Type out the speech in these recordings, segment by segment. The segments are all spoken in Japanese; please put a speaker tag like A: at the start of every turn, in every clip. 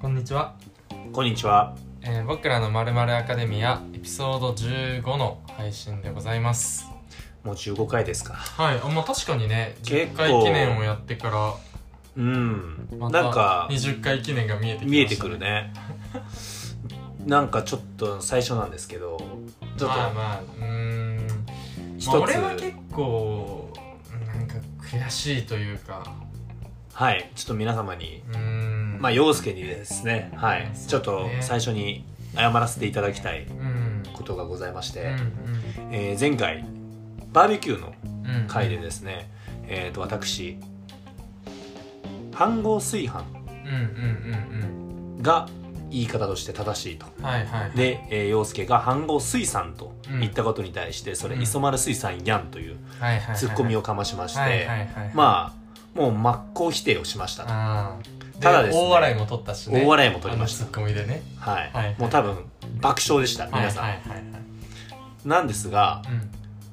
A: こんにちは、
B: こんにちは。
A: えー、僕らのまるまるアカデミアエピソード15の配信でございます
B: もう15回ですか。
A: はいあまあ確かにね10
B: 結構
A: 回記念をやってか
B: うん。
A: らま
B: なん
A: た
B: か
A: 20回記念が見えてきましたね
B: 見えてくるね。なんかちょっと最初なんですけど、ちょっ
A: まあまあうーん、
B: 一つ
A: まあ、俺は結構なんか悔しいというか
B: とはい、ちょっと皆様に、
A: うーん
B: まあ陽介にですね、はい、ちょっと最初に謝らせていただきたい
A: うん
B: ことがございまし
A: う
B: て、
A: ん
B: えー前回バーベキューの
A: うんうん
B: 回でですね、えっ、と私飯合炊飯
A: うんうんうん
B: が言い方として正しいと。
A: うんはいはいはい
B: で、えー、陽介が「飯合水産」と言ったことに対して、それ
A: う
B: 「
A: ん
B: 磯丸水産やん」という
A: はいはいはい
B: ツッコミをかましまして、
A: はいはいはいはい
B: まあもう真っ向否定をしましたと
A: あー
B: ただですね
A: 大笑いも取ったしね
B: 大笑いも取りまし
A: あのツッコミでね
B: たはい、
A: はい
B: もう多分爆笑でした皆さん、
A: はいはいはいはい
B: なんですが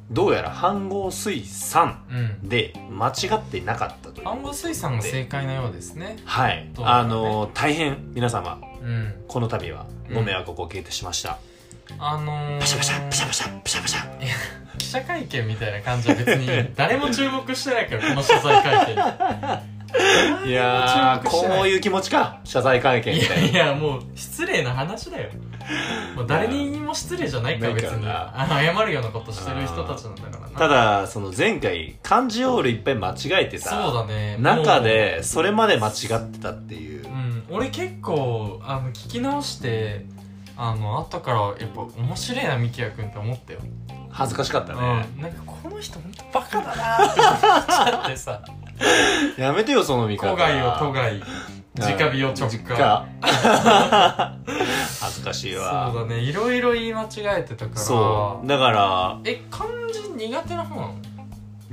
B: どうやら「飯合水産
A: うんうん」
B: で間違ってなかったという
A: 暗号水産が正解のようですね
B: はい、
A: どうだろ
B: あ
A: うね
B: のー大変皆様
A: うん
B: この度はご迷惑をおかけてしました、
A: あのー、
B: パシャパシャパシャパシャパシャパシ ャ
A: 記者会見みたいな感じは別 に誰も注目してないからこの謝罪会見誰も注目して
B: いやー
A: ない
B: こういう気持ちか謝罪会見み
A: い
B: たいな
A: やいやもう失礼な話だよもう誰にも失礼じゃないから
B: ない
A: 別
B: から
A: に
B: な
A: あの謝るようなことしてる人たちなんだからな
B: ただその前回漢字オールいっぱい間違えて
A: そ
B: た
A: うだね
B: 中でそれまで間違ってたっていう
A: もううん俺結構あの聞き直してあの後からやっぱ面白いなみきやくんって思ったよ
B: 恥ずかしかったね、
A: うん、なんかこの人本当バカだなって思っちゃって さ
B: やめてよその見方
A: 都外を都外直火を直
B: 実
A: 火
B: 家 恥ずかしい
A: そう
B: わ
A: だねいろいろ言い間違えてたから
B: そうだから
A: え漢字苦手な方なの、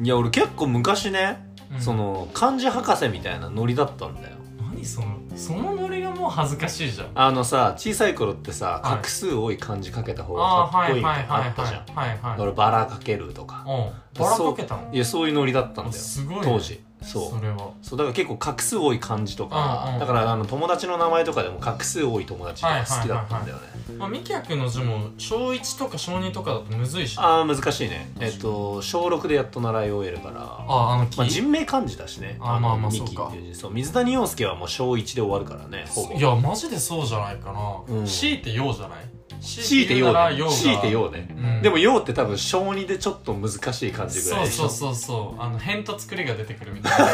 B: いや俺結構昔ね、
A: うん
B: その漢字博士みたいなノリだったんだよ
A: 何そのそのノリがもう恥ずかしいじゃん
B: あのさ小さい頃ってさ
A: はい
B: 画数多い漢字書けた方が
A: あー
B: かっ
A: はい
B: こいい
A: はい
B: みた
A: はいは
B: いなのあ
A: い
B: ったじゃん
A: はいはい
B: 俺バラかけるとか
A: うんバラかけたの
B: いやそういうノリだったん
A: あ
B: だよ
A: すごいね、
B: 当時そう
A: それは
B: そうだから結構画数多い漢字と
A: うん
B: か
A: うん
B: だからあの友達の名前とかでも画数多い友達とか好きだったんだよね
A: まあみきやくんの字も小1とか小2とかだとむずいしあ
B: ああ難しいねえっと小6でやっと習い終えるから
A: ああの木、
B: まあ人名漢字だしね
A: あーまあまあ
B: のミキ
A: そうか
B: っていう字そう水谷陽介はもう小1で終わるからねほぼ
A: いやマジでそうじゃないかな、
B: うん
A: 強いてようじゃない強
B: 強いて陽
A: だ
B: ね強いて陽ね
A: うん
B: でも陽って多分小2でちょっと難しい漢字ぐら
A: そ
B: いうでし
A: そ
B: ょ
A: うそうそうあの変と作りが出てくるみたいな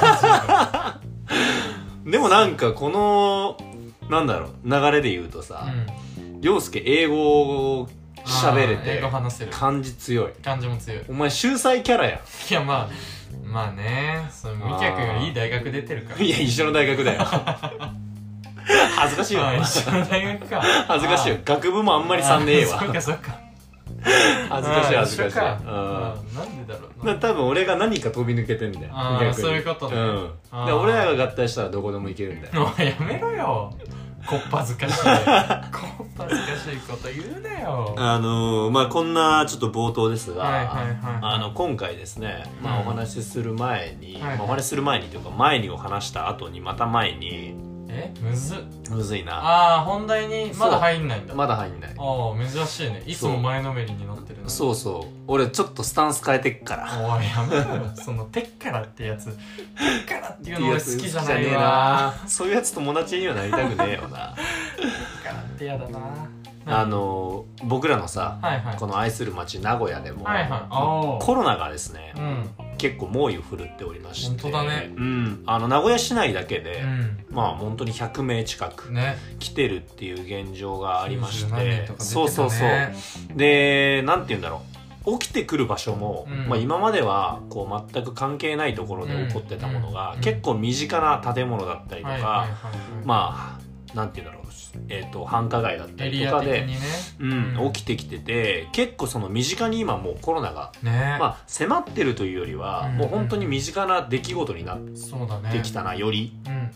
A: 感
B: でもなんかこのなんだろう流れで言うとさ
A: じ、うん、
B: 陽介英語を喋れ
A: あー英
B: て
A: 語話せる
B: 漢字強い
A: 感じも強い
B: お前秀才キャラやん
A: いやまあまあねそのみきやくんがいい大学出てるから
B: いや、一緒の大学 だよ。恥ずかしいわ
A: あ。一緒の大学か
B: 恥ずかしいよ。学部もあんまり3年えわ。
A: あーそっ
B: 恥
A: かそっか
B: ずかしい、
A: あー
B: 恥ずかし
A: 一
B: い。
A: 緒
B: う
A: う
B: ん
A: んなんでだろう
B: だから
A: な
B: 多分俺が何か飛び抜けてんだよ。
A: あー
B: 逆に
A: そういうことね
B: うん。
A: あー
B: だから俺らが合体したらどこでも行けるんだよ。
A: おいやめろよこっぱずかしいこっぱずかしいこと言うなよ
B: あのー、まあこんなちょっと冒頭ですが、
A: はいはいはいはい
B: あの今回ですね、まあ、
A: うん
B: お話しする前に、
A: はいはい
B: まあお話しする前にというか前にお話した後にまた前に
A: えむずっ
B: むずいな
A: ああ本題にまだ入んないんだ
B: まだ入んない
A: ああ珍しいねいつも前のめりになってるの
B: そうそう俺ちょっとスタンス変えてっから
A: おいやめろよその「てっから」ってやつ「てっから」っていうの俺好きじゃな
B: 好き
A: い
B: え
A: わ
B: なそういうやつ友達にはなりたくねえ
A: 「てっか
B: よな
A: ら」ってやだな
B: あの僕らのさ
A: はいはい
B: この愛する町名古屋でも、
A: はいはいああ
B: コロナがですね
A: うん
B: 結構猛威を振るっておりまして
A: 本当だね
B: うん、あの名古屋市内だけで、
A: う
B: まあ本当に100名近
A: ん
B: く
A: ね
B: 来てるっていう現状がありまし
A: 97人
B: て
A: とか出てたね
B: そうそうそうでなんて言うんだろう起きてくる場所も、
A: うん
B: まあ、今まではこう全く関係ないところで起こってたものが、
A: うん
B: 結構身近な建物だったりとか、
A: はいはいはいはい
B: まあなんて言うんだろう、えー、と繁華街だった
A: エ
B: り
A: リ
B: と
A: ア
B: か
A: 的
B: で、
A: にね
B: うん、起きてきてて結構その身近に今もうコロナが、
A: ね、
B: まあ、迫ってるというよりは、
A: うん
B: もう本当に身近な出来事になっ
A: そうだね
B: てきたなより
A: うんうん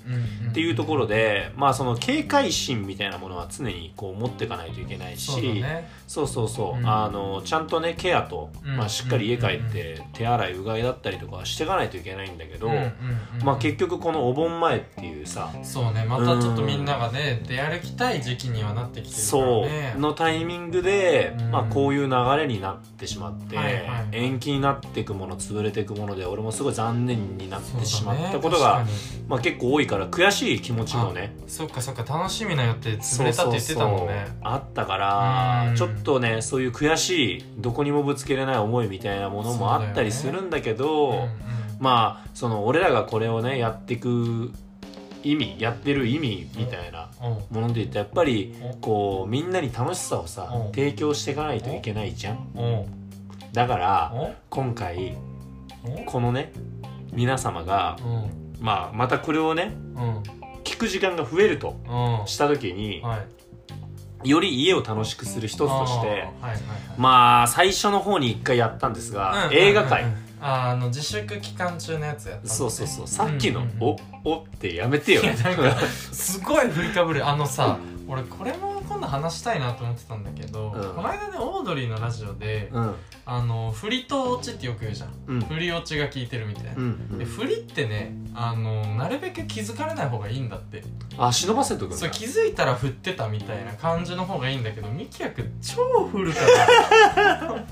A: うん、
B: っていうところで、まあ、その警戒心みたいなものは常にこう持っていかないといけないし
A: そうだね
B: そうそうそう、
A: うん
B: あのちゃんとねケアと、
A: うん
B: まあ、しっかり家帰って手洗いうがいだったりとかはしていかないといけないんだけど、
A: うんうんうん
B: まあ、結局このお盆前っていうさ
A: そうねまたちょっとみんながね出歩きたい時期にはなってきてるから
B: そ
A: ね
B: うのタイミングで、
A: うん
B: まあ、こういう流れになってしまって、
A: はいはい
B: 延期になっていくもの潰れていくもので俺もすごい残念になってしまったこ
A: そ
B: と
A: うだ
B: が、
A: ね
B: まあ、結構多いから悔しい気持ちもね
A: 確かにそっかそっか楽しみなよって潰れたって言ってたもんね
B: そうそうそうあったから、
A: うん
B: ちょっとねそういう悔しいどこにもぶつけれない思いみたいなものもあったりするんだけど
A: うんうん
B: まあその俺らがこれをねやっていく意味やってる意味みたいな
A: おう
B: もので言うとやっぱり
A: お
B: こうみんなに楽しさをさ
A: うん
B: 提供していかないといけないじゃん
A: おう
B: だから
A: おう
B: 今回
A: おう
B: このね皆様が、
A: うん
B: まあ、またこれをね
A: うん
B: 聞く時間が増えると
A: うん
B: した時に
A: はい
B: より家を楽しくする一つとして
A: あーはいはいはい
B: まあ最初の方に一回やったんですが、
A: うん
B: 映画界、
A: うんうんあーあの自粛期間中のやつやった
B: そうそうそうさっきの
A: うんうん
B: 「
A: うん
B: おお」ってやめてよ
A: いやなんかすごい振りかぶるあのさ俺これも今度話したいなと思ってたんだけど、
B: うん
A: この間ねオードリーのラジオで、
B: うん
A: あの振りと落ちってよく言うじゃん
B: うん
A: 振り落ちが効いてるみたいな、
B: うんう
A: で
B: ん
A: 振りってねあのなるべく気づかれない方がいいんだって
B: あ忍ばせとくん
A: そう
B: だ
A: 気づいたら振ってたみたいな感じの方がいいんだけどミキヤくん超振るから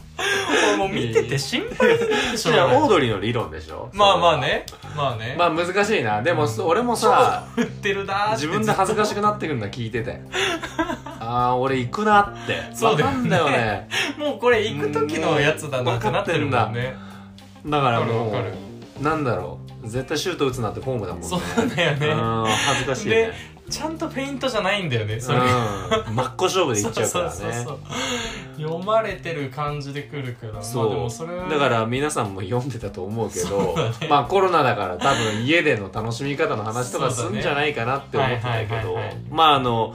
A: 俺もう見てて心配になって しょ
B: じゃ
A: うが
B: あオ
A: な
B: ー
A: い
B: ドリーの理論でしょ
A: まあまあねまあね、
B: まあ難しいなでも
A: うん
B: 俺もさ
A: 振ってるなーって
B: 自分で恥ずかしくなってくるの聞い ててああ俺行くなって
A: そうだよね
B: わかんだよね
A: もうこれ行く時のやつだなってなってるもんね
B: だから
A: わ
B: も
A: かるわか
B: うなんだろう絶対シュート打つなってフォームだもんね
A: そうだよね
B: うん恥ずかしいね
A: でちゃんとフェイントじゃないんだよね
B: うん
A: それ
B: 真っ向勝負でいっちゃうから
A: そうそうそ
B: ね
A: う読まれてる感じでくるからまあでもそれは
B: だから皆さんも読んでたと思うけど
A: そうだね
B: まあコロナだから多分家での楽しみ方の話とかすんじゃないかなって思ってたけ
A: そうだね
B: ど
A: はいはいはいはい
B: まああの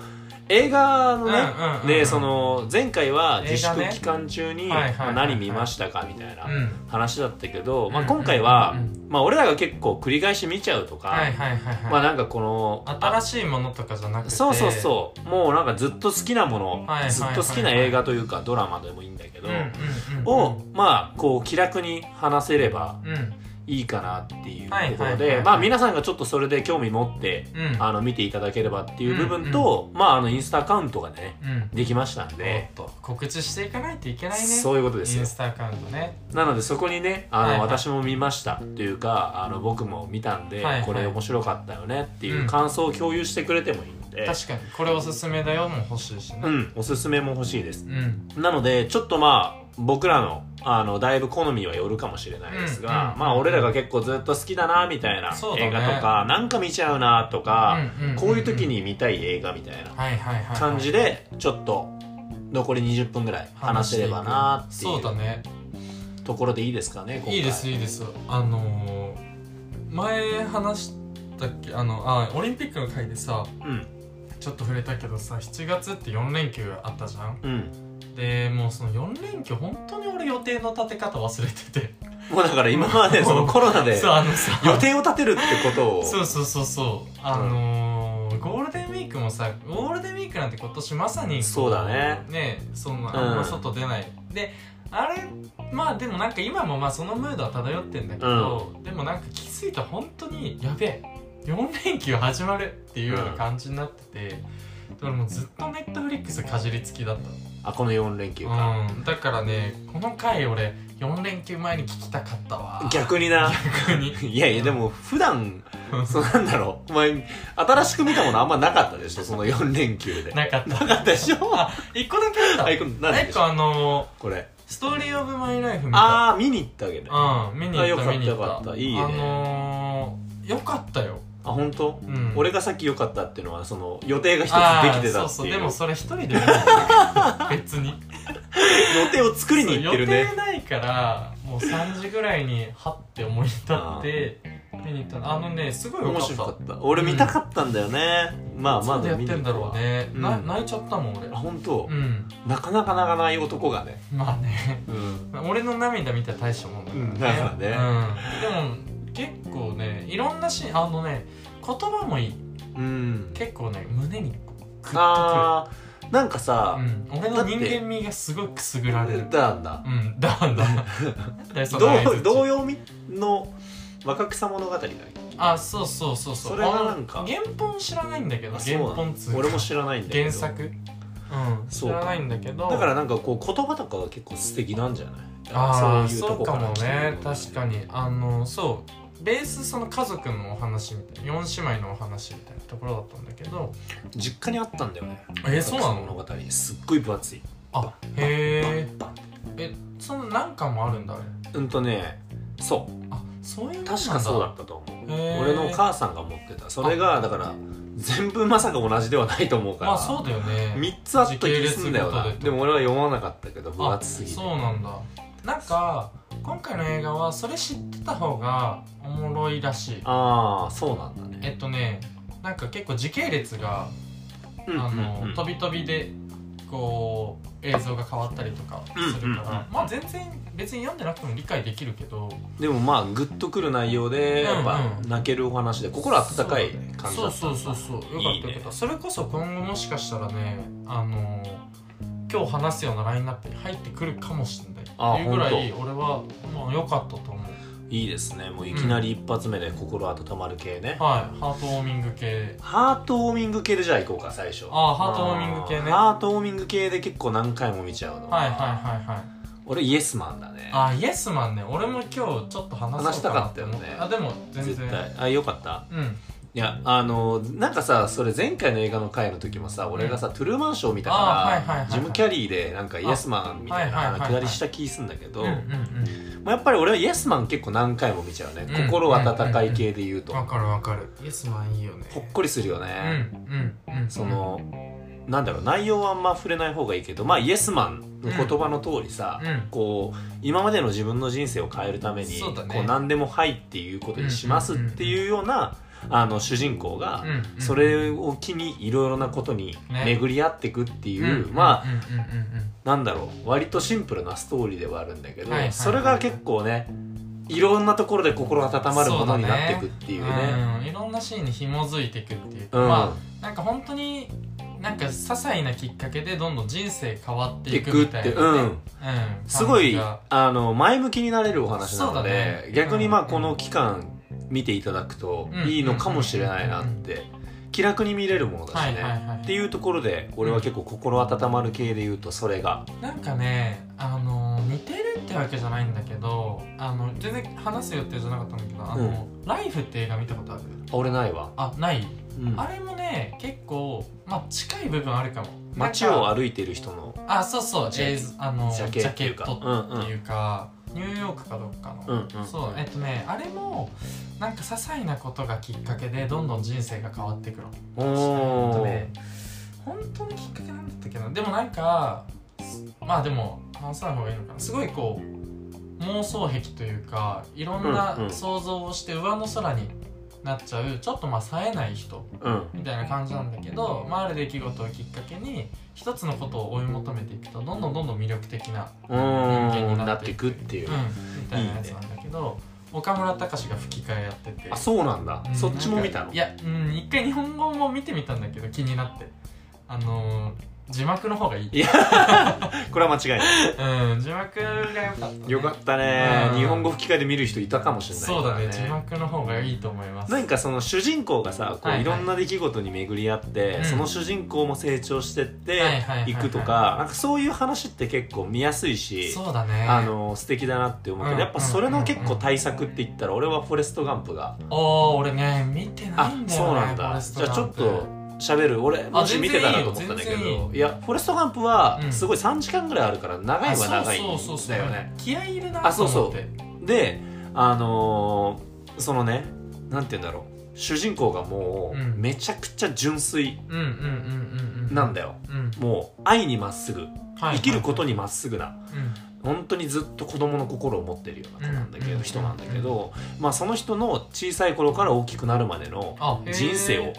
B: 映画のね
A: うんうんうんうん
B: でその前回は自
A: 映画
B: 粛
A: ね
B: 期間中に
A: はいはいはいはい
B: まあ何見ましたかみたいな
A: うん
B: 話だったけどま
A: う
B: あ
A: ん
B: 今回は
A: うん
B: まあ俺らが結構繰り返し見ちゃうとか
A: はいはいはいはい
B: まあなんかこの
A: 新しいものとかじゃなくて
B: そうそうそうもうなんかずっと好きなもの
A: はいはいはいはい
B: ずっと好きな映画というかドラマでもいいんだけど
A: うんうんうん
B: をまあこう気楽に話せれば
A: うん
B: いいかなっていうと
A: はい
B: こ
A: はいはい
B: ろ
A: は
B: で
A: い
B: まあ皆さんがちょっとそれで興味持って
A: うん
B: あの見ていただければっていう部分とまああのインスタアカウントがね
A: うん
B: できましたんで
A: おっと告知していかないといけないね
B: そういうことです
A: イ
B: よ
A: ンスタアカウントね
B: なのでそこにねあ
A: はい
B: の
A: はい
B: 私も見ましたというかあの僕も見たんで
A: はいはい
B: これ面白かったよねっていううん感想を共有してくれてもいいんで
A: 確かにこれおすすめだよも欲しいし
B: う
A: ね
B: んおすすめも欲しいです
A: うん
B: なのでちょっとまあ僕らのあのだいぶ好みはよるかもしれないです
A: うん
B: が、
A: うん
B: まあ俺らが結構ずっと好きだなみたいな
A: そうだね
B: 映画とか、なんか見ちゃうなとか、
A: うんうんうんうん
B: こういう時に見たい映画みたいな
A: はいはいはいはい
B: 感じでちょっと残り20分ぐらい話せればなってい
A: そうだ
B: う
A: ね
B: ところでいいですかね今回
A: いいですいいですあのー前話したっけあのあオリンピックの回でさ
B: うん
A: ちょっと触れたけどさ7月って4連休あったじゃん
B: うん
A: でもうその4連休本当に俺予定の立て方忘れてて
B: もうだから今までそのコロナで
A: そうあのさ
B: 予定を立てるってことを
A: そうそうそうそうあのーゴールデンウィークもさゴールデンウィークなんて今年まさにこ
B: そうだね
A: ねそんなあん
B: う
A: ま
B: ん
A: 外出ない、であれまあでもなんか今もまあそのムードは漂ってんだけど、でもなんか気づいた本当にやべえ4連休始まるっていうような感じになってて、で俺もうずっとネットフリックスかじりつきだった
B: あこの4連休か、
A: うん、だからねこの回俺4連休前に聞きたかったわ
B: 逆に な
A: 逆に
B: いやいやでも普段
A: うん
B: そうなんだろう。お前、新しく見たものあんまなかったでしょその4連休で。な
A: なかった
B: かったでしょ
A: あ一個だけあった
B: あ、いこれ、なん
A: 一
B: でし
A: 個
B: ょ
A: あの
B: これ。
A: ー「ストーリー・オブ・マイ・ライフ」見た
B: あー、見に行ったわけね。あ、
A: うん見に行っ
B: よかったた
A: 見に行
B: よ
A: った
B: かった。いいね。
A: あのー、よかったよ、
B: 本当
A: うん、
B: 俺がさっき良かったっていうのは、その、予定が一つ
A: あー
B: できてたって
A: そうそう
B: い
A: で
B: う。
A: もそれ一人で見る 別に
B: 予定を作りに行ってる
A: そう予
B: ね。
A: 定ないからもう3時ぐらいにはって思い立って見に行ったのあのねすごい良
B: 面
A: かっ
B: 白か
A: た
B: った俺見たかったんだよね、まあ
A: ま
B: ま
A: だ
B: だ
A: やっ
B: 見
A: て
B: に行
A: んだろうね、
B: うん
A: な泣いちゃったもん俺
B: あ本当
A: う、ん
B: なかなかなかない男がね
A: まあね
B: うん、
A: 俺の涙見たら大したもんだ
B: うん、
A: か
B: だから
A: らね,、
B: ね、
A: うん、でも結構ねいろんなシーンあのね言葉もいい
B: うん、
A: 結構ね胸にグッと
B: あーなんか
A: く
B: さ
A: る、、うん、俺
B: だ
A: の
B: って
A: 人間味がすごいくすぐられる
B: なんだ
A: うんだ んだだいその相
B: 同
A: 槌
B: 同様みの若草物語だね
A: あそうそうそうそう
B: それがなんか
A: あの原本知らないんだけど
B: あそう
A: 原
B: なの
A: 本つうか
B: 俺も知らないんだけど
A: 原作うん知
B: そうから
A: ないんだけど
B: だからなんかこう言葉とかは結構素敵なんじゃない
A: ああ
B: そういう
A: そ
B: と
A: う
B: こ
A: か
B: から
A: も
B: 来て
A: ね
B: る
A: 確かにあのそうベースその家族のお話みたいな4姉妹のお話みたいなところだったんだけど
B: 実家にあったんだよね
A: えそうなの
B: 若草物語すっごい分厚い
A: あへ
B: バンバン
A: ええその何巻もあるんだあれ
B: うんとねそう
A: あそういうもんなんだ
B: 確かそうだったと思う
A: へー
B: 俺のお母さんが持ってたそれがだから全部まさか同じではないと思うから、
A: まあそうだよね
B: 3つあった気がすんだよ
A: 時系列ごと
B: な
A: でと
B: でも俺は読まなかったけど分
A: あ
B: 厚すぎて
A: そうなんだなんか今回の映画はそれ知ってた方がおもろいらしい
B: ああそうなんだね
A: えっとねなんか結構時系列が
B: うんうん
A: あ
B: う
A: の
B: ん
A: 飛び飛びでこう映像が変わったりとかするか
B: うんうん
A: ら
B: うん
A: まあ全然別に読んでなくても理解できるけど
B: でもまあグッとくる内容で
A: うんうん
B: やっぱ泣けるお話で心温かい感じ
A: そ
B: だ
A: う
B: った
A: そ
B: ん
A: う
B: だ
A: そうそうよかった
B: いいね
A: よかったそれこそ今後もしかしたらねあの今日話すようなラインナップに入ってくるかもしれ
B: あ
A: ないっていうぐらい俺はまあ良かったと思う
B: いいですねもういきなり一発目で心温まる系ね、
A: はいハートウォーミング系
B: ハートウォーミング系でじゃあ行こうか最初
A: あーハートウォーミング系ね
B: あーハートウォーミング系で結構何回も見ちゃうの
A: はいはいはいはい
B: 俺イエスマンだね
A: あイエスマンね俺も今日ちょっと話
B: 話
A: そ
B: し
A: う
B: た
A: か
B: か
A: な
B: っ
A: ったて
B: よ
A: 思
B: ね
A: ってあでも全然
B: 絶対あよかった
A: うん
B: いやあのなんかさそれ前回の映画の回の時もさ俺がさ、トゥルーマンショー見たか
A: あ
B: ら、
A: ーはいはいはいはい
B: ジム・キャリーでなんかイエスマンみたい
A: はいは
B: ない
A: はいはい
B: くだりした気すんだけど、
A: うんうん
B: まあ、やっぱり俺はイエスマン結構何回も見ちゃうね、
A: うん
B: 心温かい系で言う
A: う
B: と、
A: んわかるわかるイエスマンいいよね
B: ほっこりするよ
A: う
B: ね、
A: んうんうん
B: そのなんだろう内容はあんま触れない方がいいけどまあイエスマンの言葉の通りさ、
A: うん
B: こう今までの自分の人生を変えるために
A: そうだね
B: こう何でも「はい」っていうことにしますっていうような、あの主人公が、
A: うんうん
B: それを機にいろいろなことに
A: ね
B: 巡り合っていくっていう、
A: うん
B: まあ
A: うんうんうん
B: なんだろう割とシンプルなストーリーではあるんだけ
A: はい
B: ど、
A: はいはい
B: それが結構ねいろんなところで心温まるものになっていくっていううんね
A: うんいろんなシーンに紐づいていくっていう
B: うん
A: かまあなんか本当になんか些細なきっかけでどんどん人生変わっていくみたいなね
B: う
A: うん
B: んすご
A: 感じ
B: い
A: が
B: あの前向きになれるお話なので、
A: そうだね
B: 逆にまあ
A: うん
B: この期間見ていただくと
A: うん
B: いいのかもしれないなって気楽に見れるものだしね、
A: はいはいはい
B: っていうところで俺は結構心温まる系で言うとそれが
A: なんかねあの似てるってわけじゃないんだけどあの全然話す予定じゃなかったんだけど「あのライフって映画見たことある
B: 俺ないわ、
A: あない
B: うん
A: あれもね結構、まあ、近い部分あるかも
B: 街
A: なん
B: を
A: か
B: 歩いてる人の
A: あそうそうジェイズあの
B: ジ
A: ジ
B: ャ
A: ャ
B: ケ
A: ケ
B: っていう
A: ッ
B: か
A: トっていうか、ニューヨークかどっかの、
B: うんうん
A: そうえっとねあれもなんか些細なことがきっかけでどんどん人生が変わってくる
B: お
A: えっと
B: お
A: ね本当のきっかけなんだったっけなでもなんかまあでも話さない方がいいのかなすごいこう妄想癖というかいろん
B: うんうん
A: な想像をして上の空になっちゃうちょっとまあ冴えない人
B: うん
A: みたいな感じなんだけど、まあ、ある出来事をきっかけに一つのことを追い求めていくとどんどんどんどん魅力的な、
B: うー
A: 人間
B: ん
A: に
B: な
A: な
B: っ
A: ってて
B: い
A: いく
B: くっていうう、
A: ん、みたいなやつなんだけど岡村隆史が吹き替えやってて
B: あそうなんだ、
A: うん
B: そっちも見た
A: なん
B: の
A: かいや、うん、一回日本語も見てみたんだけど気になってあのー、字幕の方がいい、
B: いやこれは間違いない
A: うん、字幕が良かった、ね、
B: よかったね
A: うん
B: 日本語吹き替えで見る人いたかもしれない
A: そうだね字幕の方がいいと思います
B: なんかその主人公がさこ
A: はいうはい
B: いろんな出来事に巡り合って、
A: うん
B: その主人公も成長してって
A: はいはいはいはい
B: いくとかなんかそういう話って結構見やすいし、
A: そうだね
B: あの素敵だなって思うけど、
A: うん
B: やっぱそれの結構対策って言ったら俺は「フォレスト・ガンプが」
A: おー俺ね見てない
B: あ
A: んだよね
B: そうなん
A: フォ
B: だ
A: レスト
B: じゃあちょっと喋る俺もし見てたらと思ったんだけ
A: 全然いいよ
B: ど
A: 全然い
B: い
A: い
B: や「フォレスト・ガンプ」は
A: うん
B: すごい3時間ぐらいあるから長い
A: あ
B: は長いん
A: そうそうそうそう
B: だよね。
A: 気合いいるなと思って
B: であのーそのねなんて言うんだろう主人公がも
A: うん
B: うめちゃくちゃ純粋
A: うんうんうんうんうん
B: なんだよ、
A: うん
B: もう愛にまっすぐ
A: はい
B: 生きることにまっすぐな、
A: うん
B: 本当にずっと子供の心を持ってるような子なんだけど、
A: うん
B: 人なんだけど、まあ、その人の小さい頃から大きくなるまでの
A: あへー
B: 人生を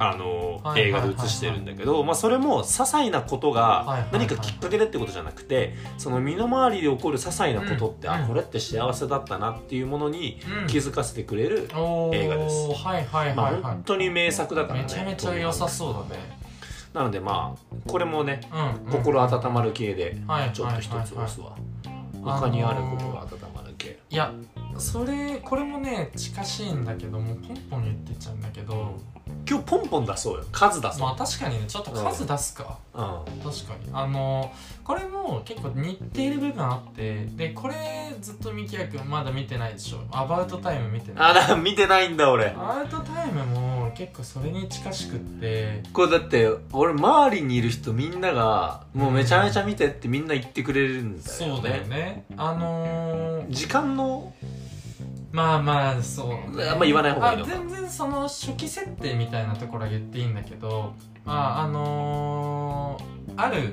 B: あの
A: はい
B: 映画で映してるんだけど、まあ、それも些細なこと
A: はいはい
B: が
A: はい
B: 何かきっかけでってことじゃなくてその身の回りで起こる些細なことって、
A: うん
B: あこれって幸せだったなっていうものに
A: うん
B: 気づかせてくれる、
A: おー
B: 映画です
A: はいはい
B: ま
A: は
B: あ、
A: いはい、
B: 本当に名作だからね
A: めちゃめちゃ良さそうだ
B: なのでまあこれもね
A: ね、うんうん、
B: 心温まる系で
A: はい
B: ちょっと一つ押すわ、
A: はい
B: 他にある
A: あのー
B: 心温まる系、
A: いやそれこれもね近しいんだけどもうポンポン言ってっちゃうんだけど
B: 今日ポンポン出そうよ数出そう、
A: まあ確かにねちょっと数出すか、
B: うん
A: 確かにあのこれも結構似ている部分あってでこれずっとミキヤ君まだ見てないでしょアバウトタイム見てない
B: あら見てないんだ俺
A: アバウトタイムも結構それに近しくって
B: これだって俺周りにいる人みんながもうめちゃめちゃ見てってみんな言ってくれるんだよ
A: そう
B: ね
A: だよねあのー、
B: 時間の
A: まあまあそうね、
B: あんま言わない方がいいの
A: あ
B: か
A: 全然その初期設定みたいなところは言っていいんだけどまああのー、ある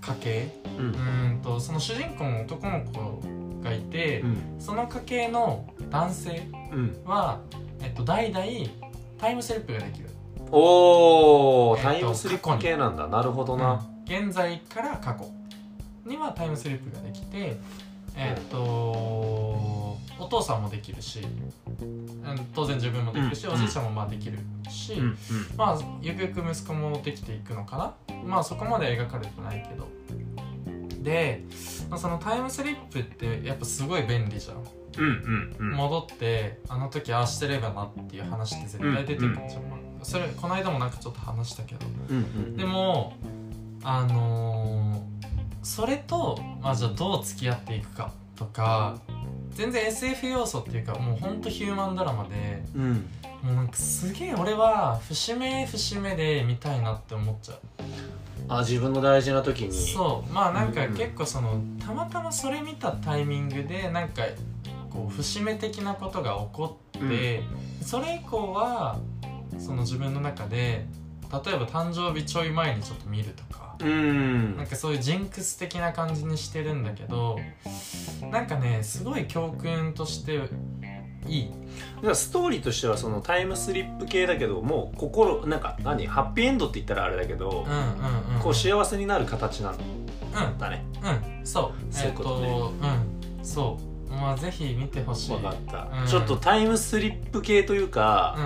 A: 家系
B: う
A: うんーんとその主人公の男の子がいて、
B: うん
A: その家系の男性
B: うん
A: は、えっと、代々タイムスリップができる
B: おお
A: えっと
B: タイムスリップ系なんだなるほどな、
A: 現在から過去にはタイムスリップができてえっと、お父さんもできるし、うん、当然自分もできるし、
B: うん
A: おじいちゃんもまあできるし、
B: うんうん
A: まあゆくゆく息子もできていくのかなまあそこまで描かれてないけどで、まあ、そのタイムスリップってやっぱすごい便利じゃん
B: うんうんうん
A: 戻ってあの時ああしてればなっていう話って絶対出てくるじゃん、それこの間もなんかちょっと話したけど
B: うんうん
A: でもあのーそれと、まあ、じゃあどう付き合っていくかとか全然 SF 要素っていうかもうほんとヒューマンドラマで
B: うん
A: もうなんかすげえ俺は節目節目で見たいなって思っちゃう
B: あ自分の大事な時に
A: そうまあなんか
B: うん
A: 結構そのたまたまそれ見たタイミングでなんかこう節目的なことが起こって、それ以降はその自分の中で例えば誕生日ちょい前にちょっと見るとか
B: うん
A: なんかそういうジンクス的な感じにしてるんだけどなんかねすごい教訓としていい
B: だからストーリーとしてはそのタイムスリップ系だけどもう心なんか何ハッピーエンドって言ったらあれだけど
A: うん、うんうん
B: こう幸せになる形なん
A: うん
B: だね
A: うんそう
B: そういうことね
A: えっとうんそうまあぜひ見てほしい
B: 分か
A: う
B: った、
A: うん
B: ちょっとタイムスリップ系というか、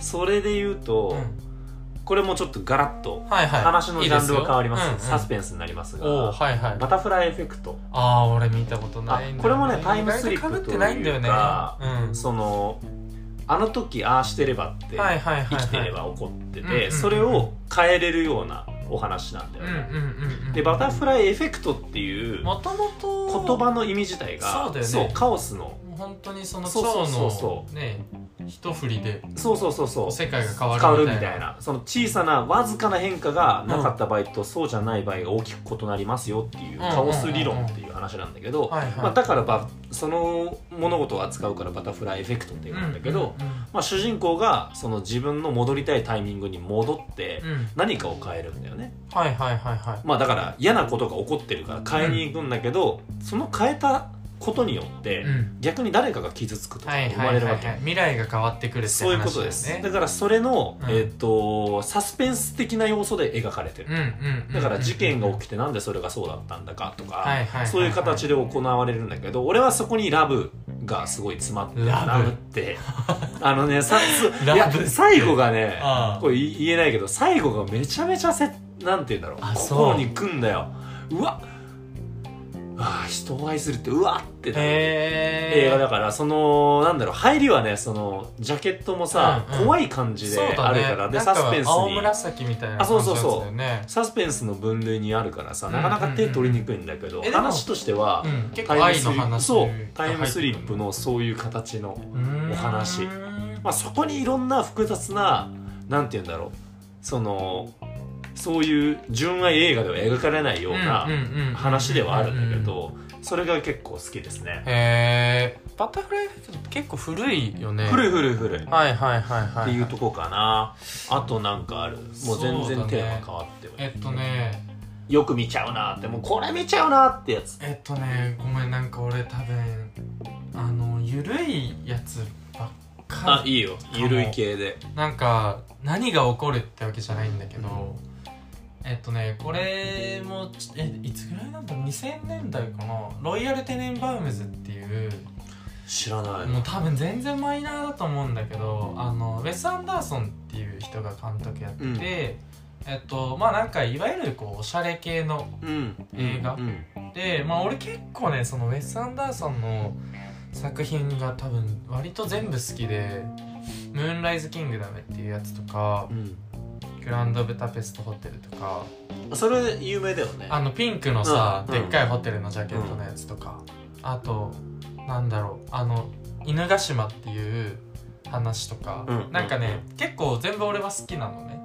A: ん
B: それで言うと
A: う、ん
B: これもちょっとガラッと
A: はいはい、
B: 話のジャンルは変わります
A: いいでよ
B: サスペンスになります
A: うんうん、おー
B: が
A: はいはい
B: バタフライエフェクト
A: ああ俺見たことないんだよ、
B: あこれもねタイムスリップ
A: 意外と被ってないんだよね
B: というか
A: うん
B: そのあの時ああしてればって
A: はいはいはい、はい、
B: 生きてれば起こって
A: うんうんう
B: て
A: ん
B: それを変えれるようなお話なんだ
A: うん
B: よ
A: う
B: ね、
A: んうんうん
B: でバタフライエフェクトっていう
A: もともと
B: 言葉の意味自体が
A: そうだよね
B: カオスの
A: 本当にその
B: そう
A: 蝶
B: そうそうそ
A: のね一振りで
B: そうそうそうそう
A: 世界が変
B: 変
A: わ
B: わる
A: る
B: み
A: みたいな
B: たいなその小さなわずかな変化がなかった場合と、そうじゃない場合が大きく異なりますよってい
A: うんうん
B: う
A: うんうん
B: カオス理論っていう話なんだけど、
A: はいはい
B: まあ、だからばその物事を扱うからバタフライエフェクトっていうのなんだけど、まあ、主人公がその自分の戻りたいタイミングに戻って
A: うんうんうんうん
B: 何かを変えるんだよね、
A: はいはいはいはい
B: まあ、だから嫌なことが起こってるから変えに行くんだけど、その変えたことによって、
A: うん
B: 逆に誰かが傷つくとか
A: はい
B: 生
A: は
B: ま
A: い
B: れ
A: は
B: る
A: い
B: わ
A: は
B: け
A: い未来が変わってくるって話
B: そういうことです、
A: だよ
B: だ
A: ね
B: からそれの、
A: うん
B: えっとサスペンス的な要素で描かれて
A: う
B: る、
A: んうんうん
B: だから事件が
A: き
B: 起きてなんでそれがそうだったんだかとか、
A: はいはいはいはい
B: そういう形で行われるんだけど俺はそこにラブがすごい詰まってる
A: ラブ
B: ラブって あのねさすい
A: ラ
B: や
A: ブって
B: 最後がね
A: ああ
B: これ言えないけど最後がめちゃめちゃせなんて言うんだろう
A: あそう
B: 心にくんだようわああ人を愛するってうわってなる
A: へー
B: 映画だからそのなんだろう入りはねそのジャケットもさ、
A: うんうん
B: 怖い感じで
A: そうだ
B: ある
A: ね
B: から、で
A: なんか
B: サスペンス
A: 青
B: に
A: 紫みたいな
B: あそ
A: 感
B: う
A: じ
B: そ
A: のやつ
B: うそう
A: だよね
B: サスペンスの分類にあるからさなかなか手取りにくいんだけど、
A: うんうんうんえでも
B: 話としては、
A: うん結構
B: タイム
A: 愛
B: ス
A: の
B: リップ
A: 話
B: そうタイムスリップのそういう形の、お話
A: うーん
B: まあ、そこにいろんな複雑ななんて言うんだろうそのそういう純愛映画では描かれないような話ではあるんだけど、それが結構好きですね。
A: へえバタフライエフェクトって結構古いよね
B: 古
A: い
B: い古い古い
A: はいはいはいはい
B: っていうとこかなあとなんかあるもう全
A: そうだ
B: 然
A: ね
B: テーマ変わってもいい
A: えっとね
B: よく見ちゃうなってもうこれ見ちゃうなってやつ
A: えっとねごめんなんか俺多分あのゆるいやつばっか
B: あいいよゆるい系で
A: なんか何が起こるってわけじゃないんだけど、えっとねこれもちえいつぐらいなんだ2000年代かなロイヤル・テネンバウムズっていう
B: 知らない
A: もう多分全然マイナーだと思うんだけどあのウェス・アンダーソンっていう人が監督やってて、
B: うん
A: えっとまあなんかいわゆるこうおしゃれ系の
B: うん
A: 映画
B: うん
A: でまあ俺結構ねそのウェス・アンダーソンの作品が多分割と全部好きで「ムーンライズ・キングダム」っていうやつとか
B: うん
A: 「グランド・ブタペスト・ホテル」とか
B: それ有名だよね
A: あのピンクのさ、
B: うん
A: でっかいホテルのジャケットのやつとか、あとなんだろうあの犬ヶ島っていう話とか、
B: うん
A: なんかね、結構全部俺は好きなのね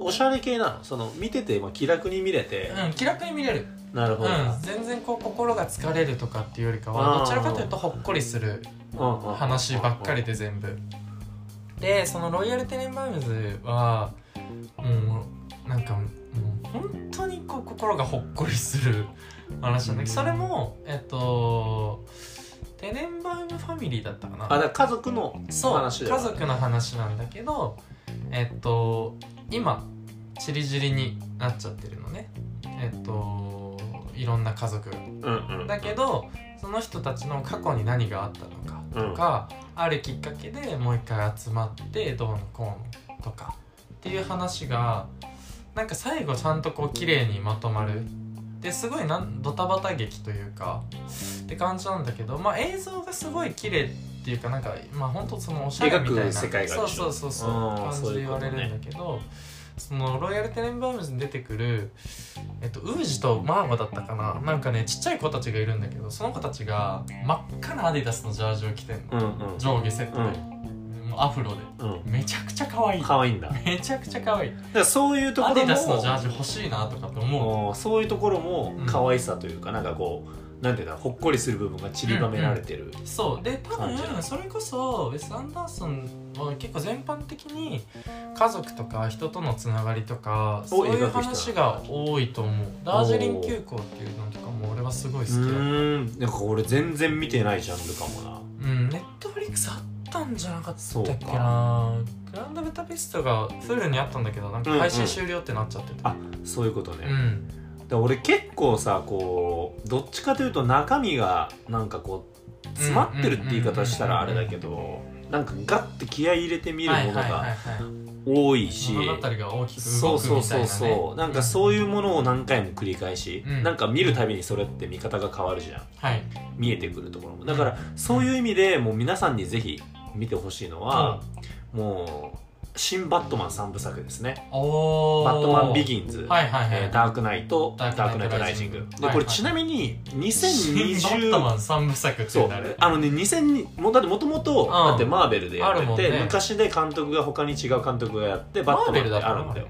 B: おしゃれ系なのその見ててまあ気楽に見れて
A: うん気楽に見れる、
B: なる
A: う
B: ほ
A: ん
B: ど
A: 全然こう心が疲れるとかっていうよりかは
B: あー
A: どちらかというとほっこりする
B: うんうん
A: 話ばっかりで全部でそのロイヤル・テネンバウムズはもうなんかもう本当にこう心がほっこりする話なんだけどそれもえっとテネンバウムファミリーだったかな
B: あだから家族の
A: そう
B: 話だよ
A: 家族の話なんだけどえっと今ちりぢりになっちゃってるのねえっといろんな家族が
B: うんうん
A: だけどその人たちの過去に何があったのかとか、あるきっかけでもう一回集まってどうのこうのとかっていう話がなんか最後ちゃんとこう綺麗にまとまるですごいなんドタバタ劇というかって感じなんだけど、まあ、映像がすごい綺麗っていうかなんか、まあ、本当そのおしゃれみたい
B: 描
A: な
B: く世界が
A: そう
B: でし
A: そ
B: ょ
A: うそうそう
B: うん
A: 感じ
B: そう
A: で
B: いう
A: 言
B: こ
A: わ
B: とね
A: れるんだけど。そのロイヤル・テネンバウムズに出てくる、えっと、ウージとマーマだったかななんかねちっちゃい子たちがいるんだけどその子たちが真っ赤なアディダスのジャージを着てんの、
B: うんうん
A: 上下セットで、もうアフロで
B: うん
A: めちゃくちゃ可愛い
B: 可愛いんだだか
A: めちゃくちゃ可愛い
B: らそういうとこ
A: ア
B: ろ
A: デ
B: も
A: ィダスのジャージ欲しいなとかって思う
B: もうそういうところも
A: うん
B: 可愛さというか、なんかこうなんていうんだろうほっこりする部分が散りばめられてる、
A: そうで多
B: 感じだ
A: 分それこそウェス・アンダーソンは結構全般的に家族とか人とのつながりとか
B: を
A: そういう
B: 描く人なんだ
A: 話が多いと思うダージリン急行っていうのとかも俺はすごい好きだ
B: う
A: った
B: ーんなんか俺全然見てないジャンルかもな
A: うん、ネットフリックスあったんじゃなかったっ
B: そう
A: けなグランドベタピストがフルにあったんだけどなんか配信終了ってなっちゃってた
B: あそういうこと
A: う
B: ね、だか
A: ん
B: ら俺結構さこうどっちかというと中身がなんかこう詰まってるって言い方したらあれだけどなんかガッて気合い入れて見る
A: はい
B: もの
A: はいはい
B: が
A: はい
B: 多いし、
A: 物語が大きく
B: そ
A: 動
B: う
A: く
B: そう
A: みたい
B: そ
A: な、ね、
B: うそうなんかそう
A: う
B: いうものを何回も繰り返し、
A: うん
B: なんか見るたびにそれって見方が変わるじゃん
A: はい
B: 見えてくるところもだからそういう意味でもう皆さんにぜひ見てほしいのは、もう新バットマン3部作ですね「
A: おー
B: バットマンビギンズ」
A: はいはいはい、
B: えーダークナイト」「
A: ダ
B: ダ
A: ークナイ
B: ー
A: ト
B: クナイトライジング」
A: ライジング
B: で
A: はい
B: こ
A: はい
B: れちなみに
A: 新バットマ
B: 2020
A: ン三部作って
B: そ
A: いううのあれ
B: あのね2002もうだってもともと
A: ん
B: だってマーベルでや
A: ある
B: っ
A: もん
B: てて、
A: ね
B: 昔で監督が他に違う監督がやってバ
A: マ
B: ット
A: ー
B: マ
A: ベ
B: ンっ
A: ル
B: て
A: だった
B: あ
A: の
B: るんだよ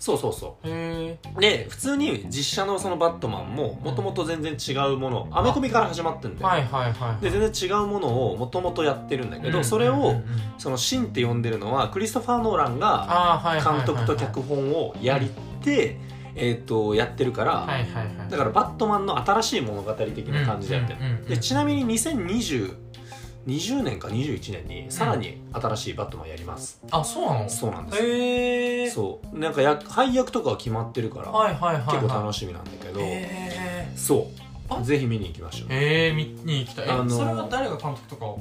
B: そうそうそう
A: へえ
B: で普通に実写のそのバットマンももともと全然違うものアメコミから始まってんだよ、
A: はいはいはい
B: で全然違うものをもともとやってるんだけど、
A: うん
B: それ
A: うん
B: を
A: うんうん
B: その「シン」って呼んでるのはクリストファー・ノーランが
A: あーはいはいはい
B: 監
A: はい
B: 督と脚本をやりて、えー、とやってるから、
A: はいはいはい
B: だからバットマンの新しい物語的な感じでやってる、
A: うんうんうんうん
B: でちなみに2020 20年か21年にさらに新しいバットマンやります、
A: あそうなの
B: そうなんですよ、
A: へえ
B: そうなんかや配役とかは決まってるから、
A: はいはいはい、はい、
B: 結構楽しみなんだけど、
A: え
B: そ
A: あ
B: うぜひ見に行きましょう
A: えー、見に行きたい、え
B: あのー
A: それは誰が監督とかを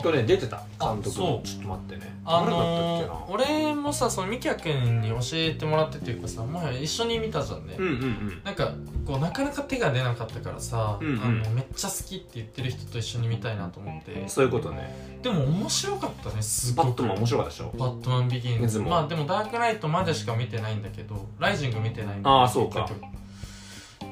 B: これね出てた監督
A: そ
B: の
A: う
B: ちょっと待ってね
A: あ
B: 誰だった
A: のー、俺もさそのミキヤ君に教えてもらってっていうかさ前一緒に見たじゃんね、
B: っけなうんうん
A: なんかこうなかなか手が出なかったからさ、
B: うんうん
A: あのめっちゃ好きって言ってる人と一緒に見たいなと思って
B: うんそういうことね
A: でも面白かったねすご
B: バット
A: く
B: マン面白かったでしょ
A: バットマンビギン
B: い
A: ズ
B: つも
A: まあでもダークナイトまでしか見てないんだけどライジング見てないんだけど
B: あーそうか
A: 結局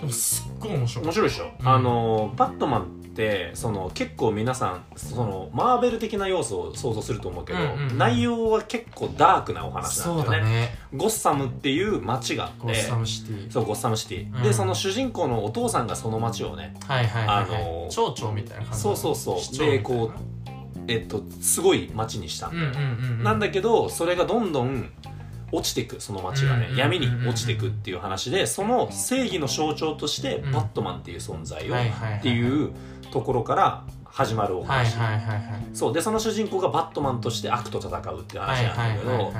A: でもすっごい面白か
B: 面
A: っ
B: 白いでしょ、
A: うん
B: あのバットマンってその結構皆さんそのマーベル的な要素を想像すると思うけど、
A: うんうんうん
B: 内容は結構ダークなお
A: た
B: 話なん
A: そう
B: だ
A: だ
B: よね
A: ね
B: ゴッサムっていう街があって
A: ゴッサムシティ
B: そうゴッサムシティ、
A: うん
B: でその主人公のお父さんがその街をね
A: はいはいはい、はい
B: あのー
A: 町長みたいな感じ
B: そうそうそう
A: 市長みたいな
B: でこえっとすごい街にしたんだよ
A: うんうんうんうん
B: なんだけどそれがどんどん落ちてくその街がね、
A: うん
B: 闇に落ちてくっていう話でその正義の象徴としてバットマンっていう存在を、
A: はいはいはい
B: っていうところから始まるお
A: はい
B: 話、
A: はいはいはい
B: そうでその主人公がバットマンとして悪と戦うっていう
A: はい
B: 話
A: は
B: なん
A: い
B: だけど、
A: はいはい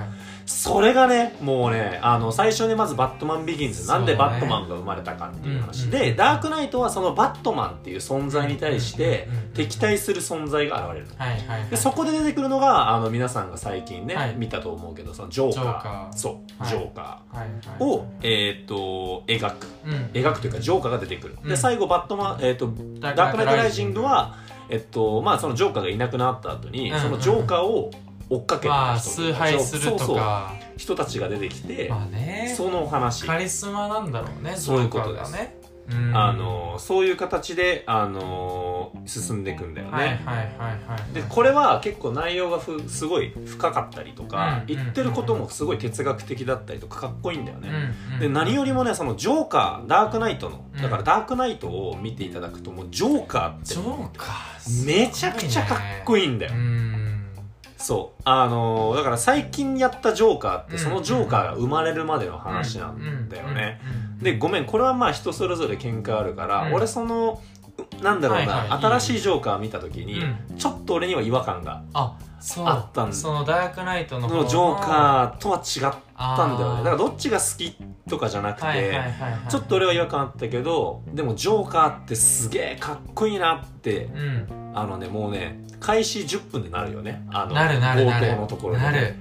B: それがねもうねあの最初にまず「バットマンビギンズ」
A: そう
B: な
A: ね
B: んでバットマンが生まれたかっていう話
A: うんうん
B: で、
A: うん
B: ダークナイトはそのバットマンっていう存在に対して
A: うんうんうん
B: 敵対する存在が現れるの
A: はいはいはい
B: でそこで出てくるのがあの皆さんが最近ね、
A: はい
B: 見たと思うけどそのジョーカー
A: ジョーカー
B: そう、
A: はい
B: ジョーカ
A: はい
B: ー
A: はい
B: を、えーっと描く
A: うん
B: 描くというかジョーカーが出てくる、
A: う
B: で
A: ん
B: 最後バットマン、えーっと
A: ダ
B: ダークナイトライジングは、えっとまあ、そのジョーカーがいなくなった後に、
A: うんうん
B: そのジョーカーを追っかけて
A: ま
B: た
A: あ
B: 人と
A: 崇
B: いうか
A: 拝すると
B: そうそう
A: か
B: 人たちが出てきて、
A: まあね
B: そのお話、
A: カリスマなんだろうね
B: そういうことです
A: ジョーカーがねうん
B: あのそういう形で、あの進んでいくんだよね。
A: はいはいはいはい
B: でこれは結構内容がふすごい深かったりと
A: う
B: か、
A: ん
B: 言ってることもすごい哲学的だったりとかかっこいいんだよね。
A: うんうん
B: で何よりもねそのジョーカーダークナイトの
A: うん
B: だからダークナイトを見ていただくともうジョーカ
A: ジョ
B: ーっ
A: ーカ
B: て
A: ー
B: めちゃくちゃかっこ
A: いい
B: いいんだよ
A: ねう。ん
B: そうあのーだから最近やったジョーカーって
A: うん
B: そのジョーカーが生まれるまでの話なんだよね、でごめんこれはまあ人それぞれ見解あるから、
A: うん
B: 俺そのうなんだろうな、
A: はいはい
B: 新しいジョーカー見た時に、
A: う
B: ちょっと俺には違和感が
A: あそう
B: あったんだ
A: そのダークナイトの方
B: のジョーカーとは違っ
A: あ
B: たんだよねだからどっちが好きとかじゃなくて、
A: はいはいはいはい
B: ちょっと俺は違和感あったけどでもジョーカーってすげえかっこいいなって
A: うん
B: あのねもうね開始10分でなるよねあの
A: なるなるなる
B: 冒頭のところでね
A: なる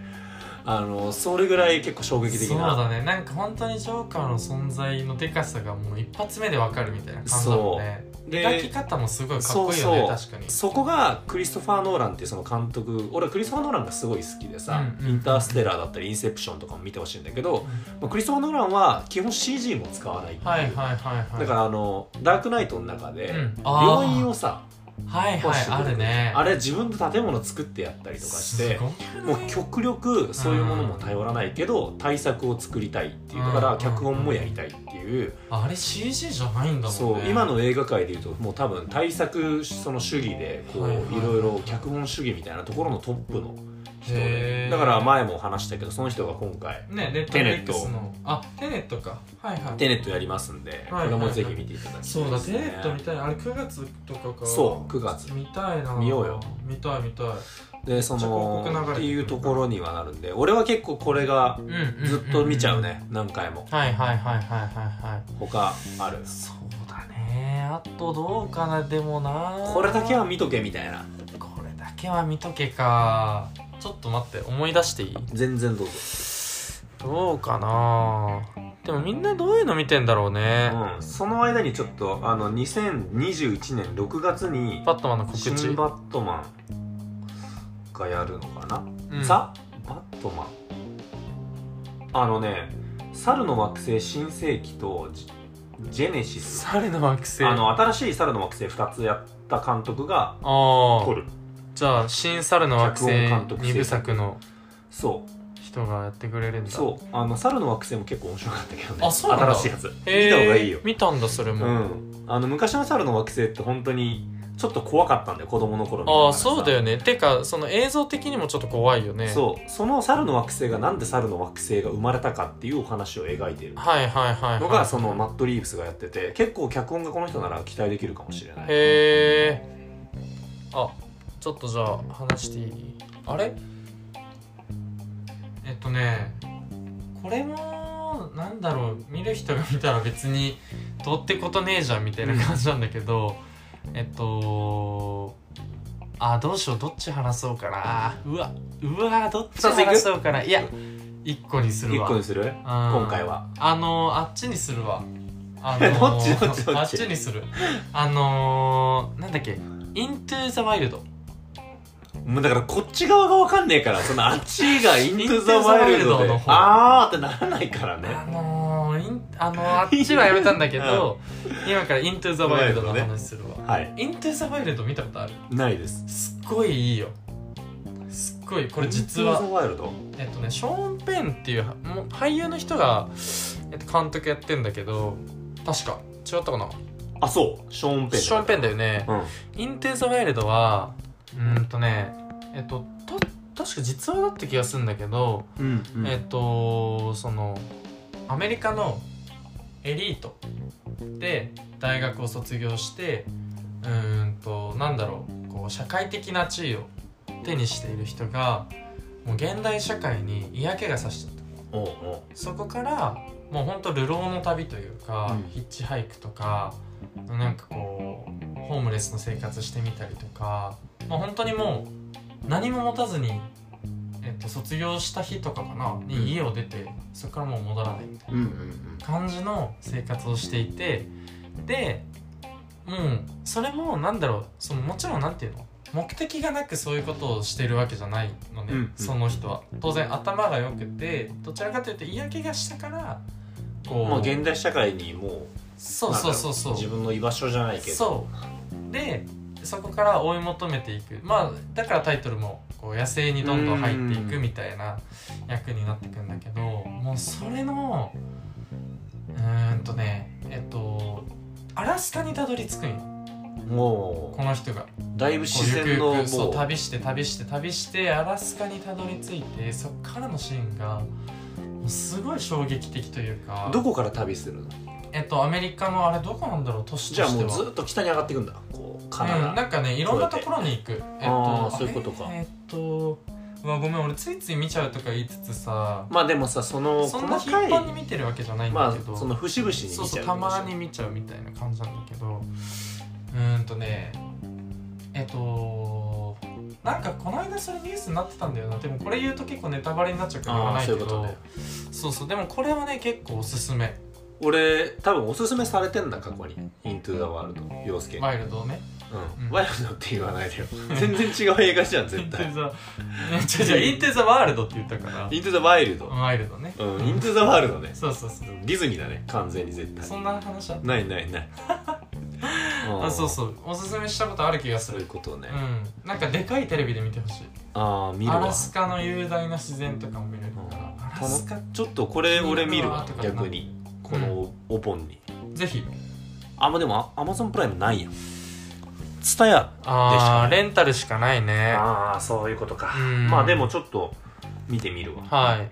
B: あのそれぐらい結構衝撃的
A: そう
B: な
A: だねなんか本当にジョーカーの存在のでかさがもう一発目でわかるみたいな感じだもんね描き
B: で
A: 方もすごいかっこいいよね
B: そう
A: 確かに
B: そこがクリストファー・ノーランっていうその監督俺はクリストファー・ノーランがすごい好きでさ、
A: うんうん
B: インターステラーだったりインセプションとかも見てほしいんだけど、まあ、クリストファー・ノーランは基本 CG も使わないっていう
A: はいはいはいはい
B: だからあのダークナイトの中で、
A: うんあー
B: 病院をさ
A: はいはいあるね
B: あ
A: れ
B: れ自分で建物作ってやったりとかしてもう極力そういうものも頼らないけど対策を作りたいっていうだか
A: う
B: ら
A: ん
B: 脚本もやりたいっていう
A: あれ CG じゃないんだもんね
B: そう今の映画界でいうともう多分対策その主義でこ
A: はいは
B: う
A: い
B: いろいろ脚本主義みたいなところのトップの人
A: へ
B: で
A: ー
B: だから前も話したけどその人が今回
A: ねネット
B: テネット
A: X のあテネットかはいはい
B: テネットやりますんでこ
A: はい
B: れもぜひ見ていただきたいですね
A: そうだテネット見たいあれ9月とかか
B: そう9月
A: 見たいな
B: 見ようよ
A: 見たい見たい
B: でそ
A: じゃあ広告
B: の
A: 流れてくる
B: っていうところにはなるんで俺は結構これが
A: うんうんうん
B: ずっと見ちゃうね何回も
A: はいはいはいはいはいはい
B: 他ある
A: そうだねあとどうかなでもな
B: これだけは見とけみたいな
A: これだけは見とけかちょっと待って思い出していい
B: 全然どうぞ
A: どうかなでもみんなどういうの見てんだろうね、
B: うんその間にちょっとあの2021年6月に
A: バットマンの告知、
B: 新バットマンがやるのかな、
A: うん
B: ザ・バットマンあのね猿の惑星新世紀とジジェネシス
A: 猿の惑星
B: あの新しい猿の惑星2つやった監督が
A: あ
B: 撮
A: ー
B: る
A: じゃあ新猿の惑星
B: 脚本監督制
A: 二部作の
B: そう
A: 人がやってくれるんだ
B: そうあの猿の惑星も結構面白かったけどね
A: あそうなんだ
B: 新しいやつ見
A: へー
B: た方がいいよ
A: 見たんだそれ
B: う
A: も、
B: ん、あの昔の猿の惑星って本当にちょっと怖かったんだよ子供の頃見なが
A: あ
B: ら
A: あ
B: さ
A: そうだよねてかその映像的にもちょっと怖いよね
B: そうその猿の惑星がなんで猿の惑星が生まれたかっていうお話を描いている
A: はいはいはい、はい、
B: のがそのマット・リーブスがやってて結構脚本がこの人なら期待できるかもしれない
A: へえあちょっとじゃあ話していいあれえっとねこれもなんだろう見る人が見たら別にどうってことねえじゃんみたいな感じなんだけど、えっとあどうしようどっち話そうかなうわうわどっち
B: 二ついく
A: 話そうかないや一個にする
B: 1
A: わ
B: 個にする今
A: 今
B: 回は
A: あのー、あっちにするわ。あ
B: どっちどっちどっち
A: あっちにする。あのー、なんだっけ、イントゥーザワイルド。
B: もうだからこっち側が分かんねえからそのあっちが「イントゥ・ザ・ワイルド」
A: イントゥザワイルドの方
B: であーってならないからね
A: あのー、インあのー、あっちはやめたんだけ ど、今からイントゥーザワイルドの
B: ワイルド
A: 話するわ。
B: はい
A: イントゥーザワイルド見たことある
B: ないです
A: すっごいいいよ。すっごい、これ実
B: イントゥ・
A: は、
B: ザ・ワイルド
A: えっとね、ショーン・ペンっていうはもう俳優の人が、えっと、監督やってんだけど、確か、違ったかな
B: あそうショーン・ペン
A: ショーン・ペンだよね。
B: うん
A: インテーザワイルドはうーんとねえっと撮っ確か実話だった気がするんだけど、
B: うんうん
A: えっとそのアメリカのエリートで大学を卒業してうーんとなんだろうこう社会的な地位を手にしている人がもう現代社会に嫌気がさしちゃった
B: おうお
A: そこからもうほんと流浪の旅というか、
B: うん
A: ヒッチハイクとかなんかこうホームレスの生活してみたりとか、まあ、本当にもう何も持たずに、えっと、卒業した日とかかな
B: うん
A: に家を出て、そこからもう戻らないみたいう
B: うんうん
A: な感じの生活をしていてでもうそれもなんだろうそのもちろんなんていうの目的がなくそういうことをしてるわけじゃないのね、
B: うんうん
A: その人は当然頭が良くてどちらかというと嫌気がしたからこ
B: う
A: うん
B: まあ現代社会にもう
A: そうそうそうそう
B: なんだろ自分の居場所じゃないけど
A: そうでそこから追い求めていくまあだからタイトルもこう野生にどんどん入っていくみたいな役になっていくんだけどもうそれのうーんとねえっとアラスカにたどり着くんよ
B: も
A: この人が
B: うだいぶ
A: こう
B: 自
A: ゆくゆ
B: 然
A: く
B: のも
A: そう
B: う
A: 旅して旅して旅してアラスカにたどり着いてそっからのシーンがもうすごい衝撃的というか
B: どこから旅するの
A: えっとアメリカのあれどこなんだろう都市
B: じ
A: と
B: ゃあ
A: して
B: も
A: は
B: うずっと北に上がっていくんだこうカナ
A: うん、
B: ダ、
A: なんかねいろんなところに行く、えっ
B: あーそういうことか
A: えっとうわごめん俺ついつい見ちゃうとか言いつつさ
B: まあでもさその
A: そんな
B: 細
A: 頻
B: かい
A: 繁に見てるわけじゃないん
B: ま
A: だけど、
B: あその節々に見ちゃ
A: そううそうたまに見ちゃうみたいな感じなんだけどうーんとねえっとなんかこの間それニュースになってたんだよなでもこれ言うと結構ネタバレになっちゃうから言わ
B: ああ
A: ないけ
B: そう
A: ど
B: いうことね
A: そうそうでもこれはね結構おすすめ
B: 俺多分おすすめされてんだ過去に「イントゥ・ザ・ワールド」洋介に
A: ワイルドをねう
B: う
A: んん
B: ワイルドって言わないでよ全然違う映画じゃん
A: イ
B: 絶
A: ンテ
B: 対
A: ザね違う違うインテザワールドって言ったから
B: イントゥ・ザ・ワイルド
A: ワイルドね
B: うんイントゥ・ザ・ワールドね
A: そうそうそう
B: ディズニーだね完全に絶対
A: そんな話あっ
B: ないないない
A: たあそう
B: う
A: そうおすすめしたことある気がす
B: そう
A: る
B: いうことね
A: うんなんかでかいテレビで見てほしい
B: ああ見る
A: ア
B: わ
A: ラスカの雄大な自然とかも見れるからア
B: うん
A: ラスカ
B: ちょっとこれ俺見るわ
A: 見るわ
B: 逆にこのお盆に
A: ぜひ
B: あまあでもアマゾンプライムないやんツタヤ
A: ああ
B: あー
A: レンタルしかないね
B: ああそういうことか
A: うん
B: まあでもちょっと見てみるわ
A: はい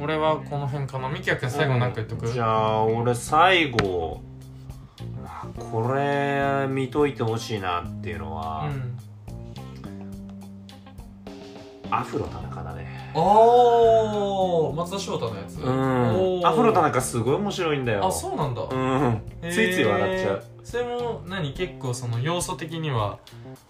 A: 俺はこの辺かなみきやくん最後なんか言っとく
B: じゃあ俺最後あこれ見といてほしいなっていうの
A: う
B: は、
A: ん
B: アフロ田中だね
A: おー松田翔太のやつ
B: うん
A: おー
B: アフロ田中すごい面白いんだよ
A: あそうなんだ
B: うんついつい笑っちゃう
A: へーそれも何結構その要素的には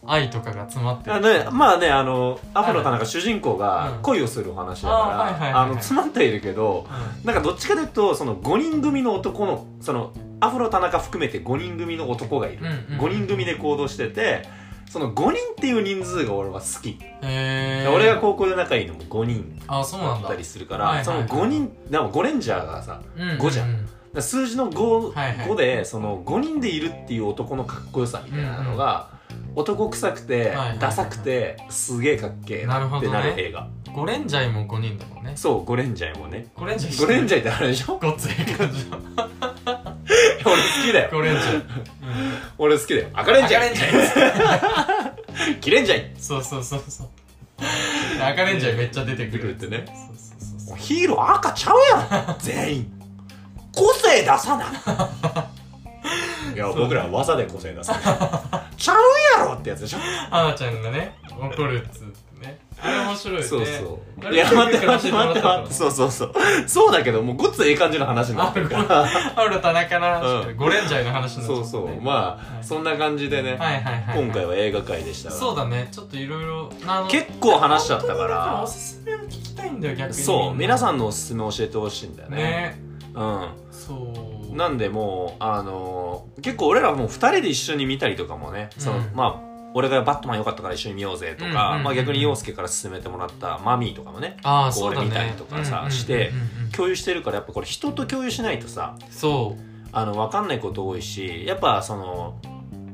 A: 愛とかが詰まってる
B: あね、まあねあのアフロ田中主人公が
A: うん
B: 恋をするお話だ
A: あーはい
B: か
A: はいはい
B: ら
A: はい
B: あの詰まっているけどなんかどっちかというとその5人組の男のそのアフロ田中含めて5人組の男がいる、
A: うんうん
B: 5人組で行動しててその5人っていう人数が俺は好き、
A: うんへえ
B: 俺が高校で仲いいのも5人
A: あそうな
B: だ
A: ん
B: っ
A: だ
B: たりするから、
A: はいはいはい
B: その5人でも5レンジャーがさだか
A: うん
B: 五じゃん
A: う
B: ら数字の 5,、
A: はいはい
B: 5でその5人でいるっていう男のかっこよさみたいなのが、男臭くて、
A: いはいはい
B: ダサくてすげえかっけえなってな
A: なる
B: る
A: ほどね
B: 映画
A: ゴレンジャイも5人だもんね
B: そう5レンジャーも ね
A: ゴレンジャイ
B: 5レン
A: ャ
B: ジャーってあれでしょ
A: イごっつい感じの
B: 俺好きだよ
A: ゴレンジャイ
B: 俺好きだよ赤レンジャ
A: 赤
B: ー
A: レンジャイ
B: キレンジャー
A: そうそうそうそう赤レンジャイめっちゃ出てくる
B: 出てくるって
A: そうそうそうそう
B: ヒーロー赤ちゃうやん全員個性出さな いや僕らは技で個性出すちゃうやろってやつでしょ
A: 花ちゃんがね怒るっつってねあれ面白いね
B: そうそう、
A: ね
B: いや待って待って待って
A: あ
B: 待っ
A: れ
B: てそうそうそうそうだけどもうごっつええ感じの話になってるから
A: ある田中の話
B: う
A: ゴレンジャイの話になっちゃ
B: そ
A: った
B: う
A: ね
B: そうまあ、
A: はい
B: そんな感じでね、
A: はいはいはい
B: 今回は映画界でしたが
A: そうだねちょっといろいろあの
B: 結構話しちゃったか
A: だからお
B: ら
A: すすめを聞きたいんだよ逆に
B: そう皆さ
A: ん
B: んのおすすめ教えてほしいんだよね
A: ね
B: う
A: そうん
B: なんでもうあのー結構俺らもう2人で一緒に見たりとかもね、その
A: うん
B: まあ俺が「バットマン良かったから一緒に見ようぜ」とか、
A: うんうんうん
B: まあ、逆に陽介から勧めてもらった「マミー」とかもね
A: ああ
B: こう
A: そうだね
B: 見たりとかさ
A: うんうん
B: して
A: うんうん
B: 共有してるからやっぱこれ人と共有しないとさ
A: そう
B: あの分かんないこと多いしやっぱその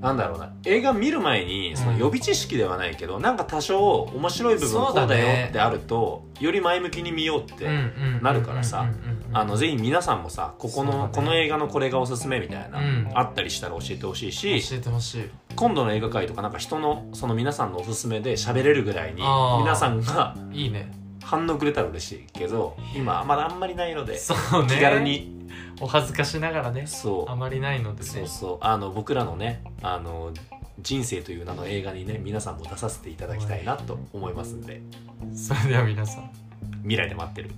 B: なんだろうな映画見る前にその予備知識ではないけど、なんか多少面白い部分
A: そ
B: こ
A: う
B: う
A: だね
B: だよってあるとより前向きに見ようって、
A: うんうんうんうんうんうん
B: なるからさ
A: うんうんうん
B: あのぜひ皆さんもさここ
A: そうだね
B: の、この映画のこれがおすすめみたいな、
A: うん
B: あったりしたら教えてほしいし
A: 教えてほしい
B: 今度の映画界とかなんか人のその皆さんのおすすめで喋れるぐらいに
A: あー
B: 皆さんが
A: いいね
B: 反応くれたら嬉しいけど今まだあんまりないので
A: そうね
B: 気軽に
A: お恥ずかしながらね
B: そ
A: あまりないので
B: う
A: ね
B: そうそうあの僕らのねあの人生という名の映画にね皆さんも出させていただきたいなと思いますんで
A: それでは皆さん
B: 未来で待ってる